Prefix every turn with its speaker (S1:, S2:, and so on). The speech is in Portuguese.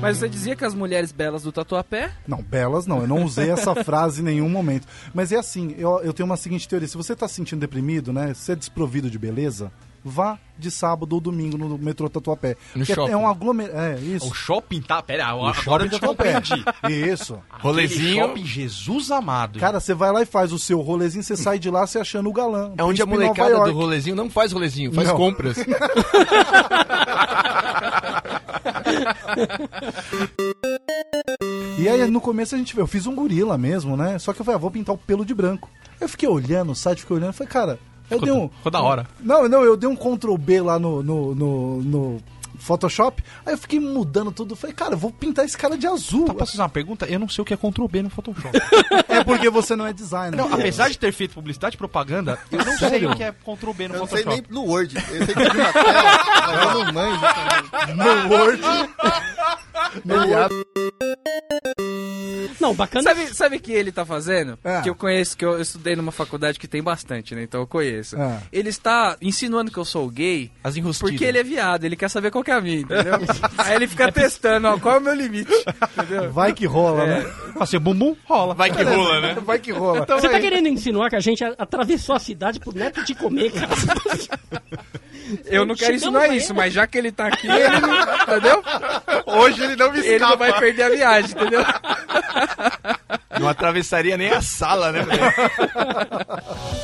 S1: Mas você dizia que as mulheres belas do Tatuapé?
S2: Não, belas não. Eu não usei essa frase em nenhum momento. Mas é assim, eu, eu tenho uma seguinte teoria. Se você está se sentindo deprimido, né? Se é desprovido de beleza, vá de sábado ou domingo no metrô Tatuapé.
S3: No
S2: Porque é-
S3: shopping.
S2: É um aglomerado. É, isso.
S4: O shopping tá. Pera, agora,
S2: shopping
S4: eu te
S2: Tatuapé.
S4: compreendi.
S2: Isso.
S3: Rolezinho.
S4: Aquele Shopping Jesus amado.
S2: Cara, você vai lá e faz o seu rolezinho, você sai de lá se achando o galã.
S3: É onde a
S2: Príncipe em Nova
S3: molecada
S2: York.
S3: do rolezinho não faz rolezinho, faz
S2: Não.
S3: compras.
S2: E aí no começo a gente vê, eu fiz um gorila mesmo, né? Só que eu falei, ah, vou pintar o pelo de branco. Eu fiquei olhando o site, fiquei olhando, falei, cara, eu dei um.
S4: Ficou da hora.
S2: Não, não, eu dei um Ctrl B lá no, no, no, no Photoshop, aí eu fiquei mudando tudo, falei, cara, eu vou pintar esse cara de azul.
S4: Tá pra fazer uma pergunta? Eu não sei o que é Ctrl B no Photoshop.
S2: É porque você não é designer.
S4: Não, apesar de ter feito publicidade e propaganda, eu não sei o que é Ctrl B no
S5: Eu não sei
S4: Photoshop.
S5: nem no Word. Eu sei que eu vi na tela, mas eu não manjo.
S2: no Word. Ele abre-
S6: Não, bacana.
S1: Sabe, sabe que ele tá fazendo?
S2: É.
S1: Que eu conheço, que eu estudei numa faculdade que tem bastante, né? Então eu conheço.
S2: É.
S1: Ele está insinuando que eu sou gay
S4: As enrustidas.
S1: porque ele é viado, ele quer saber qual que é a minha, entendeu? Aí ele fica testando, ó, qual é o meu limite, entendeu?
S2: Vai que rola, né?
S4: Vai ser bumbum, rola.
S3: Vai que rola, né?
S2: Vai que rola.
S1: Então
S6: Você
S1: é,
S6: tá querendo insinuar que a gente a- atravessou a cidade pro neto de comer, cara?
S1: Eu não quero
S6: Chegamos
S1: isso, não é
S6: a
S1: isso,
S6: ele.
S1: mas já que ele tá aqui, ele não, entendeu?
S3: Hoje ele não me
S1: Ele não vai perder a viagem, entendeu?
S3: Não atravessaria nem a sala, né? velho?